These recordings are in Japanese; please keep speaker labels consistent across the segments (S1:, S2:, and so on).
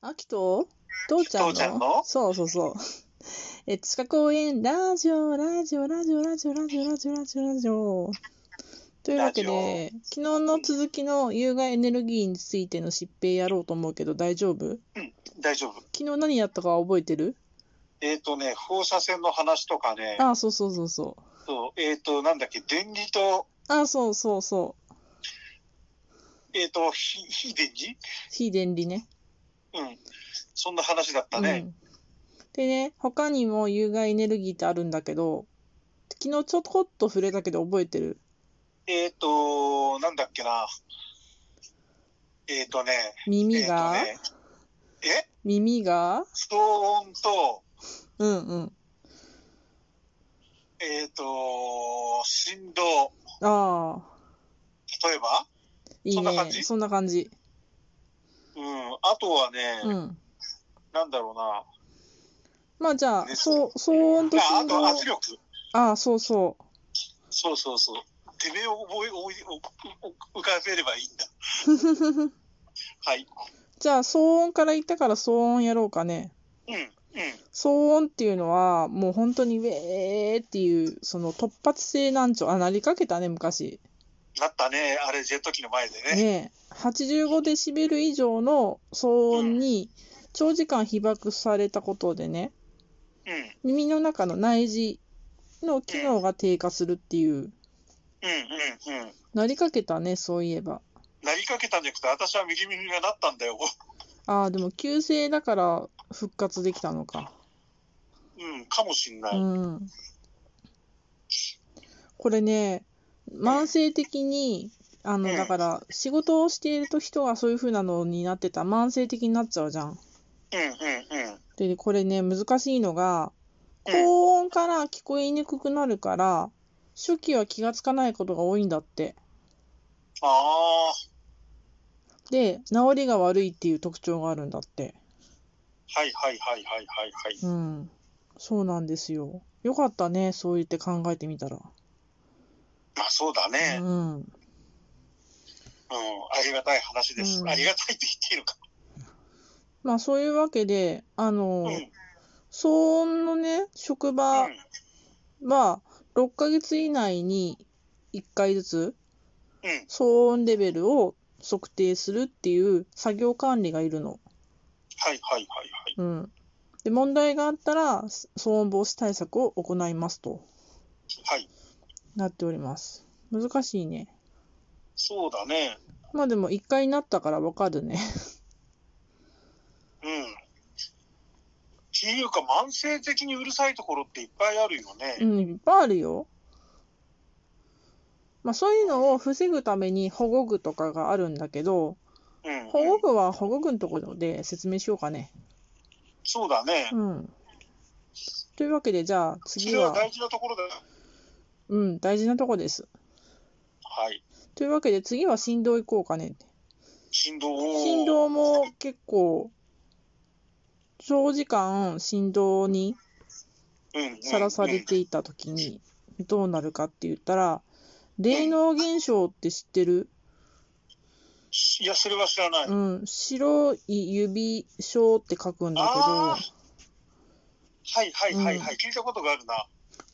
S1: あきと父ちゃんの
S2: 父ちゃんの
S1: そうそうそう。え、地下公園、ラジオ、ラジオ、ラジオ、ラジオ、ラジオ、ラジオ、ラジオ、ラジオ。というわけで、昨日の続きの有害エネルギーについての疾病やろうと思うけど大丈夫
S2: 大丈夫。
S1: 昨日何やったか覚えてる
S2: えっ、とね、放射線の話とかね、
S1: あそうそうそうそう。
S2: そうえっ、と、なんだっけ、電離と、
S1: あそうそうそう。
S2: えっ、と、非非電離
S1: 非電離ね。
S2: うん。そんな話だった
S1: う
S2: ね。
S1: ん、でね、他にも有害エネルギーってあるんだけど、昨日ちょこっと触れたけど覚えてる
S2: えっ、と、なんだっけな。えっ、とね、
S1: 耳
S2: えっ、と
S1: が、
S2: ね、え
S1: 耳が
S2: 騒音と、
S1: うんうん。
S2: えっ、と、振動。
S1: ああ、
S2: 例えば
S1: いい
S2: そんな感
S1: ね。
S2: じ
S1: そんな感じ。
S2: うん。あとはね、
S1: うん。
S2: なんだろうな。
S1: まあじゃあ、
S2: ね
S1: そう、騒音と
S2: ああ
S1: 振動
S2: と。圧力。
S1: ああ、そうそう。
S2: そうそうそう。てめえを覚え、思い、おお浮かべればいいんだ。はい。
S1: じゃあ、騒音から言ったから騒音やろうかね。
S2: うん。うん。
S1: 騒音っていうのは、もう本当にウェーっていう、その突発性難聴、あ、なりかけたね、昔。
S2: なったね。あれ、ジェット機の前でね。
S1: ねえ、85デシベル以上の騒音に長時間被爆されたことでね、耳の中の内耳の機能が低下するっていう、
S2: うん。うん。うん。うん。
S1: なりかけたね、そういえば。
S2: なりかけたんじゃなくて、私は右耳がなったんだよ。
S1: ああ、でも急性だから復活できたのか。
S2: うん。かもしんない。
S1: うん。これね、慢性的に、あの、
S2: うん
S1: だから、仕事をしていると人がそういう風なのになってたら慢性的になっちゃうじゃん。
S2: うん。うん。うん。
S1: で、これね、難しいのが、高音から聞こえにくくなるから、初期は気がつかないことが多いんだって。
S2: ああ。
S1: で、治りが悪いっていう特徴があるんだって。
S2: はいはいはいはいはいはい。
S1: うん。そうなんですよ。よかったね、そう言って考えてみたら。
S2: まあそうだね。うん。
S1: うん。
S2: ありがたい話です。
S1: うん
S2: ありがたいって言っていいのか。
S1: まあそういうわけで、あの、
S2: うん。
S1: 騒音のね、職場は6ヶ月以内に1回ずつ
S2: うん。うん。
S1: 騒音レベルを測定するっていう作業管理がいるの。
S2: はいはいはいはい。
S1: うん。で、問題があったらす騒音防止対策を行いますと
S2: はい。
S1: なっております。難しいね。
S2: そうだね。
S1: まあでも1回なったからわかるね。
S2: うん。っていうか、慢性的にうるさいところっていっぱいあるよね。
S1: うん、いっぱいあるよ。まあそういうのを防ぐために保護具とかがあるんだけど、
S2: うん。
S1: 保護具は保護具のところで説明しようかね。
S2: そうだね。
S1: うん。というわけで、じゃあ
S2: そ
S1: 次
S2: れは
S1: は、
S2: 大事なところだよ。
S1: うん、大事なとこです。
S2: はい。
S1: というわけで、次は振動いこうかね。
S2: 振動を。
S1: 振動も結構、長時間振動に
S2: うん。
S1: さらされていたときに、どうなるかって言ったら、霊能現象って知ってる
S2: うん。いや、それは知らない。
S1: うん、白い指章って書くんだ
S2: あ
S1: けど、
S2: はいはいはいは
S1: う
S2: い。聞いたことがあるな。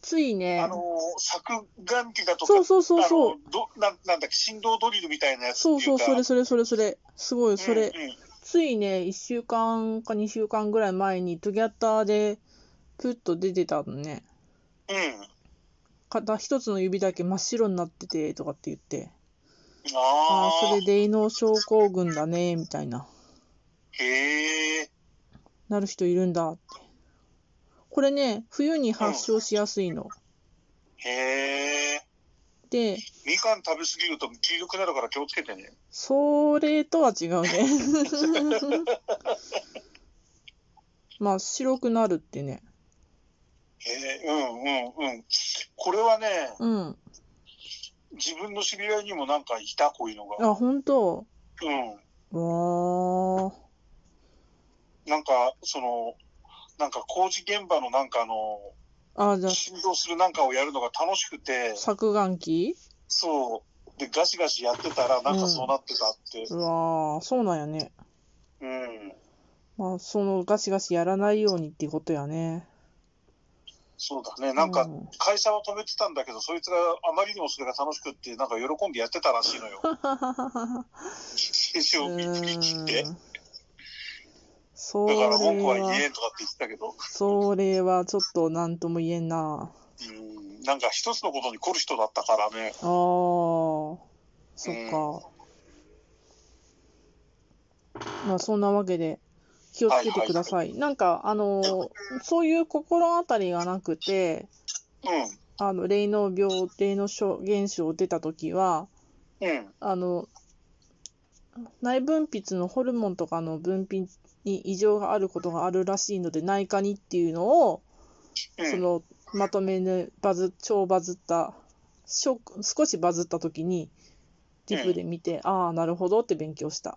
S1: ついね
S2: あ、のー、削岩機だとか
S1: そうそうそうそう
S2: あ、のどなんなんだっけ、振動ドリルみたいなやつってい
S1: そうう
S2: か。
S1: そう、それそれそれそれ、すごい、それ、
S2: うんうん
S1: ついね、1週間か2週間ぐらい前に、トゥギャッターで、プッと出てたのね。
S2: うん。
S1: 片一つの指だけ真っ白になってて、とかって言って。あ
S2: あ
S1: あ、
S2: あ
S1: それ、で、異能症候群だね、みたいな。
S2: へえ。
S1: なる人いるんだって。これね、冬に発症しやすいの。
S2: へえ。
S1: で、
S2: みかん食べ過ぎると黄色くなるから気をつけてね。
S1: それとは違うね。 まあ、白くなるってね。
S2: へえ、うんうんうん。これはね、
S1: うん。
S2: 自分の知り合いにもなんかいた、こういうのが。
S1: あ、本当
S2: うん。
S1: わあ。
S2: なんか、その、なんか工事現場のなんかあの、
S1: あ、じゃあ、
S2: 振動するなんかをやるのが楽しくて、
S1: 削岩機
S2: そう。で、ガシガシやってたら、なんかそうなってたって。
S1: うわあ、そうなんやね。
S2: う
S1: あ
S2: ん。
S1: まあ、そのガシガシやらないようにっていうことやね。
S2: そうだね。なんか
S1: う、ん
S2: 会社は止めてたんだけど、そいつがあまりにもそれが楽しくって、なんか喜んでやってたらしいの よ。青春を見て。
S1: うんそ
S2: だ
S1: れ
S2: から文句は言え
S1: は、
S2: んとかって言ってたけど、
S1: それはちょっと何とも言えんな。
S2: うん、なんか一つのことに凝る人だったから
S1: あ
S2: ね。
S1: あ、そっか。まあそんなわけで気をつけてください。なんかあのーそういう心当たりがなくて、
S2: う
S1: あの霊能病霊能症現象出た時は
S2: ん、うん、
S1: あの内分泌のホルモンとかの分泌に異常があることがあるらしいので内科にっていうのを
S2: うん
S1: そ。のまとめのバズ超バズったショック少しバズった時にディプで見て、ああなるほどって勉強した。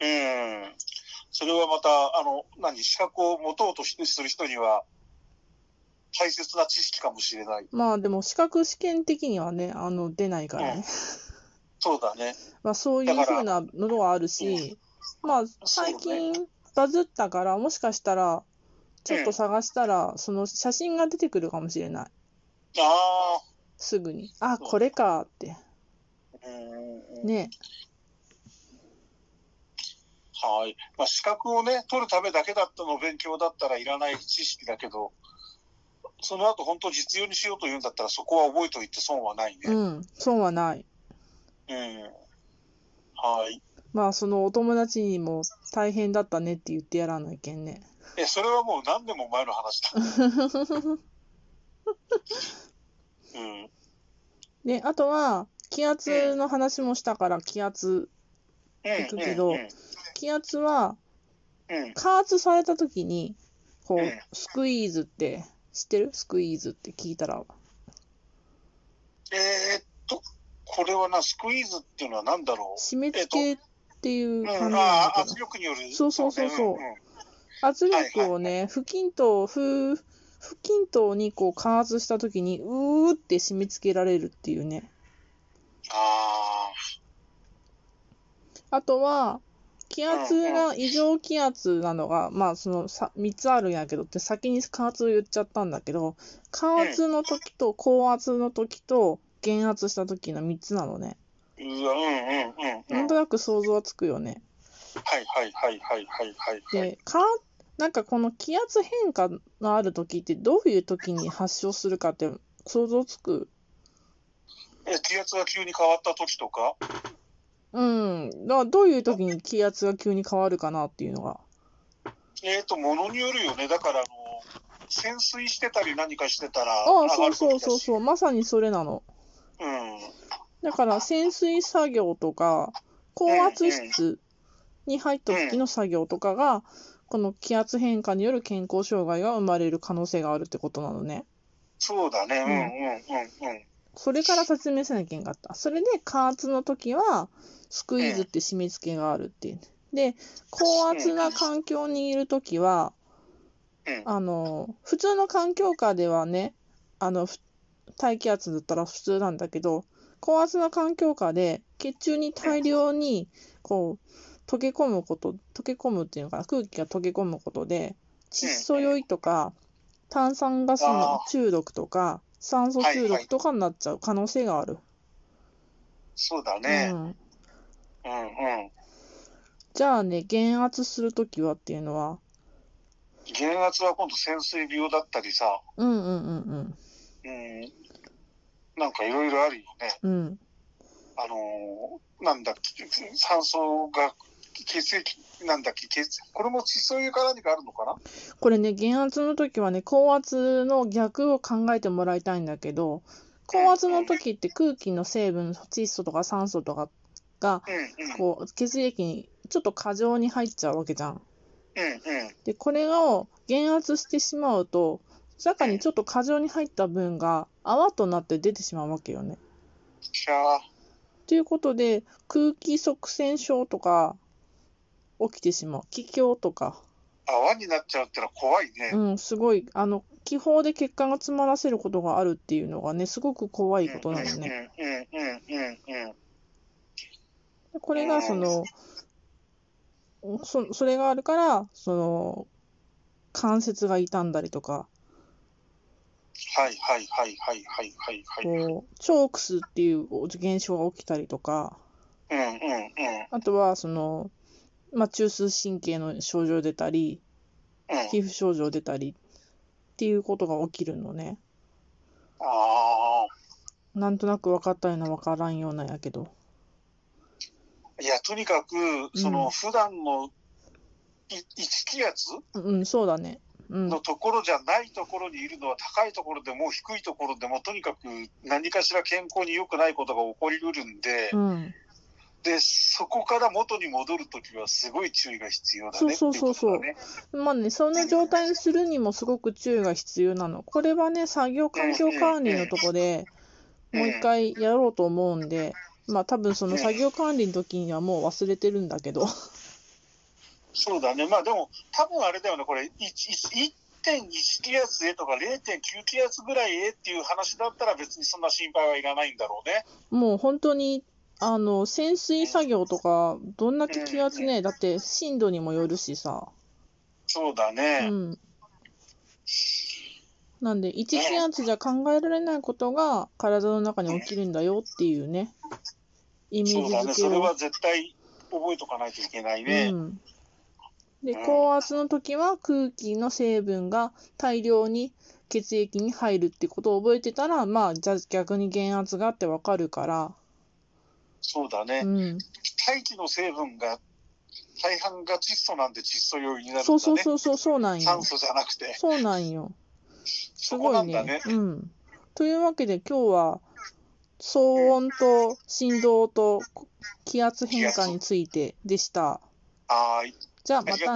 S2: うん。それはまた、あの、何、資格を持とうとしする人には、大切な知識かもしれない。
S1: まあでも資格試験的にはねあの出ないからね。
S2: そうだね。
S1: まあ、そういうふうなものはあるし、まあ、最近バズったから、もしかしたら、ちょっと探したら、その写真が出てくるかもしれない。
S2: あ
S1: すぐに。あ、これかって。
S2: あ、うん。
S1: ね。
S2: はい。まあ、資格をね、取るためだけだったの勉強だったらいらない知識だけど、その後本当実用にしようというんだったら、そこは覚えといて損はないね。
S1: う
S2: うん。
S1: ん。損はない。
S2: はい。
S1: まあ、そのお友達にも大変だったねって言ってやらないけんね。
S2: え、それはもう何年も前の 話だ。うん。
S1: で、あとは、気圧の話もしたから、気圧。
S2: うん。
S1: くけど
S2: うん。
S1: 気圧は、
S2: うん。
S1: 加圧された時に、こ
S2: うん
S1: う、スクイーズって、知ってるスクイーズって聞いたら、
S2: えーっと、これはな、スクイーズっていうのは何だろ
S1: 締め付けっていう
S2: う。うん、
S1: 感じなん
S2: あ
S1: だ
S2: あ
S1: けど
S2: 圧、力による。
S1: そうそうそうそう
S2: ね
S1: 圧力をね、不均等、不、不均等にこう加圧したときに、うーって締め付けられるっていうね。
S2: あ
S1: あとは、気圧が異常気圧なのが、まあそのさ3つあるんやけどって先に加圧を言っちゃったんだけど、加圧の時と高圧の時と減圧した時の3つなのね。
S2: あー、うわ、うんうんうん
S1: な
S2: うんん。
S1: と
S2: はい
S1: なく想像はつくよね。
S2: はいはいはいはいはい。
S1: で、か、なんかこの気圧変化のある時ってどういう時に発症するかって想像つく
S2: え、気圧が急に変わった時とか、
S1: うん。だからどういう時に気圧が急に変わるかなっていうのが。
S2: えーっと、ものによるよね。だから、あの、潜水してたり何かしてたら、
S1: ああ、そうそうそう
S2: う。
S1: そう。まさにそれなの。
S2: うん。
S1: だから潜水作業とか、高圧室に入った時の作業とかが、この気圧変化による健康障害が生まれる可能性があるってことなのね。
S2: そうだね。うんうんうんうん。
S1: それから説明せなきゃいけなかった。それで加圧の時は、スクイーズって締め付けがあるっていう。で、高圧な環境にいる時は、
S2: うん
S1: あの、普通の環境下ではね、あの、ふ大気圧だったら普通なんだけど、高圧な環境下で血中に大量に、こう、溶け込むこと、溶け込むっていうのかな、空気が溶け込むことで、窒素酔いとか、炭酸ガスの中毒とか、酸素中毒とかになっちゃう可能性がある。
S2: そうだね
S1: う。ん、
S2: うんうん。
S1: じゃあね、減圧するときはっていうのは、
S2: 減圧は今度潜水病だったりさ、
S1: うんうんうん
S2: うん、なんかいろいろあるよね。
S1: うん。うん。
S2: あのーなんだっけ、酸素が血液、なんだっけ、血これも窒素油か何かあるのかな
S1: これね、減圧の時はね、高圧の逆を考えてもらいたいんだけど、高圧の時って空気の成分、窒素とか酸素とかが、
S2: うんうん。
S1: こう、血液にちょっと過剰に入っちゃうわけじゃん。
S2: うんうん。
S1: で、これを減圧してしまうと、中にちょっと過剰に入った分が泡となって出てしまうわけよね。
S2: きゃ
S1: ということで、空気塞栓症とか起きてしまう。気胸とか。
S2: ー、泡になっちゃうってのは怖いね。
S1: うん、すごい、あの、気泡で血管が詰まらせることがあるっていうのがね、すごく怖いことなのね。
S2: うんうんうんうんうんうん。
S1: これが、その、そそれがあるから、その、関節が傷んだりとか、
S2: はいはいはいはいはいはいはい。
S1: こう、チョークスっていう現象が起きたりとか、
S2: うんうんうん
S1: あとは、その、まあ、中枢神経の症状出たり、
S2: うん。
S1: 皮膚症状出たりっていうことが起きるのね。
S2: あ
S1: なんとなく分かったような分からんようなんやけど。
S2: あ、いや、とにかく、そうの、
S1: ん
S2: 普段のい一気圧
S1: うん、そうだね。うん
S2: の。ところじゃないところにいるのは、高いところでも低いところでも、とにかく何かしら健康に良くないことが起こりうるんで、
S1: うん。
S2: で、そこから元に戻るときは、すごい注意が必要だねってい
S1: そううそう
S2: こ
S1: そうそ
S2: とだ
S1: う
S2: ね。
S1: まあね、その状態にするにもすごく注意が必要なの。これはね、作業環境管理のとこで
S2: うん
S1: もう一回やろうと思うんで、まあ多分その作業管理の時にはもう忘れてるんだけど。
S2: そうだね。まあでも、多分あれだよね、これ、いい1.1気圧へとか0.9気圧ぐらいへっていう話だったら別にそんな心配はいらないんだろうね。
S1: もう本当に、あの、潜水作業とか、どんだけ気圧ね、だって深度にもよるしさ。
S2: そうだね。
S1: うん。なんで、一気圧じゃ考えられないことが体の中に起きるんだよっていうね、イメー
S2: そう
S1: ジ
S2: だね。
S1: づけ
S2: それ
S1: を
S2: は。絶対覚えとかないといけないね。
S1: うん、で
S2: うん
S1: 高圧の時は空気の成分が大量に血液に入るってことを覚えてたらまあじゃあ逆に減圧があってわかるから、
S2: そうだね。
S1: うん、
S2: 大気の成分が、大半が窒素なんで窒素用になるんだね。
S1: そうそうそうそうそうなんよ
S2: 酸素じゃなくて。
S1: そうなんよす
S2: そこ
S1: ご
S2: ないん
S1: ね
S2: だね。
S1: うん、というわけで今日は騒音と振動と気圧変化についてでした
S2: はーい。
S1: じゃあまたね